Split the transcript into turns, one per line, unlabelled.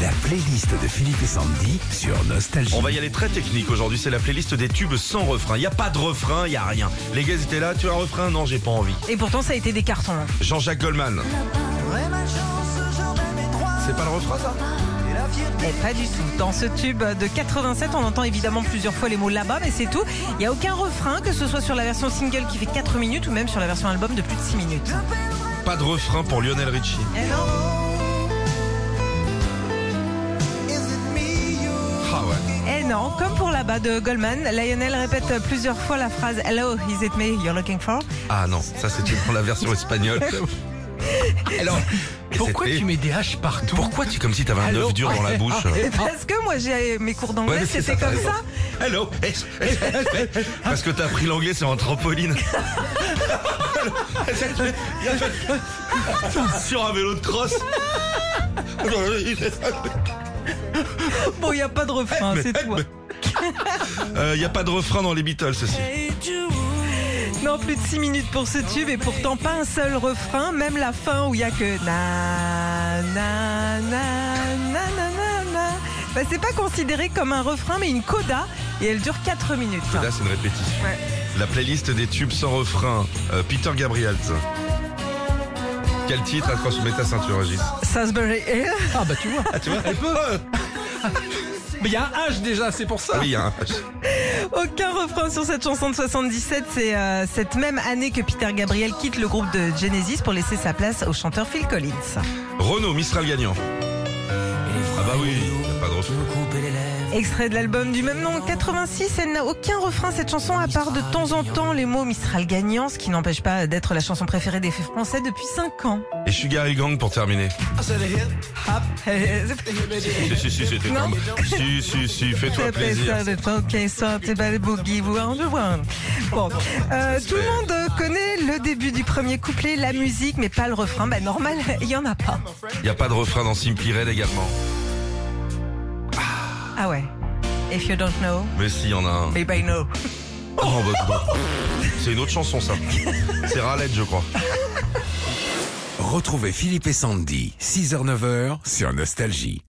La playlist de Philippe et Sandy sur Nostalgie.
On va y aller très technique aujourd'hui, c'est la playlist des tubes sans refrain. Il n'y a pas de refrain, il n'y a rien. Les gars ils étaient là, tu as un refrain Non, j'ai pas envie.
Et pourtant, ça a été des cartons. hein.
Jean-Jacques Goldman. C'est pas le refrain ça
Mais pas du tout. Dans ce tube de 87, on entend évidemment plusieurs fois les mots là-bas, mais c'est tout. Il n'y a aucun refrain, que ce soit sur la version single qui fait 4 minutes ou même sur la version album de plus de 6 minutes.
Pas de refrain pour Lionel Richie.
Eh non,
Ah ouais.
eh non. comme pour là-bas de Goldman, Lionel répète plusieurs fois la phrase Hello, is it me you're looking for
Ah non, ça c'était pour la version espagnole. Alors,
Pourquoi tu mets des haches partout
Pourquoi tu comme si t'avais un
Allô Ah,
œuf dur dans la bouche
Ah,
Parce que moi, j'ai mes cours
Ouais,
d'anglais,
mais c'est
c'était
ça,
comme
t'as
ça.
Hello Eh, Est- est- est- est- eh, Parce que t'as appris l'anglais sur un trampoline. sur un vélo de cross.
Bon, il n'y a pas de refrain, c'est tout. hein.
Il n'y Euh, a pas de refrain dans les Beatles aussi.
Non, plus de 6 minutes pour ce tube et pourtant pas un seul refrain, même la fin où il y a que na na na na na na na. Bah, c'est pas considéré comme un refrain mais une coda et elle dure 4 minutes.
Là, c'est une répétition.
Ouais.
La playlist des tubes sans refrain. euh, Peter Gabriel. Quel titre quand tu mets ta ceinture, Régis
Salisbury Hill.
Ah bah tu vois.
Ah, tu vois Elle peut
Mais il y a un H déjà, c'est pour ça.
Ah Oui, hein. il y a un-
Aucun refrain sur cette chanson de 77. C'est euh, cette même année que Peter Gabriel quitte le groupe de Genesis pour laisser sa place au chanteur Phil Collins.
Renaud, Mistral gagnant. Ah bah oui, y a pas de refrain.
Extrait de l'album du même nom, 86, elle n'a aucun refrain cette chanson à part de temps en temps les mots Mistral gagnant, ce qui n'empêche pas d'être la chanson préférée des faits français depuis 5 ans.
Et Sugar Hill Gang pour terminer.
Euh, c'est pas-
Si, si, si, c'était
Non.
comme- Si, si, si, fais-toi
c'est pas
plaisir.
ça, le temps qui sort, c'est pas le boogie, vous, hein, je vois. Bon, euh, tout le monde connaît le début du premier couplet, la musique, mais pas le refrain. Bah normal, il y en a pas.
Il n'y a pas de refrain dans Simply Red également.
Ah ouais. If you don't know,
Mais si, il y en a un.
maybe I know.
Oh, bah, bah. C'est une autre chanson, ça. C'est Ralette, je crois.
Retrouvez Philippe et Sandy, 6h-9h sur Nostalgie.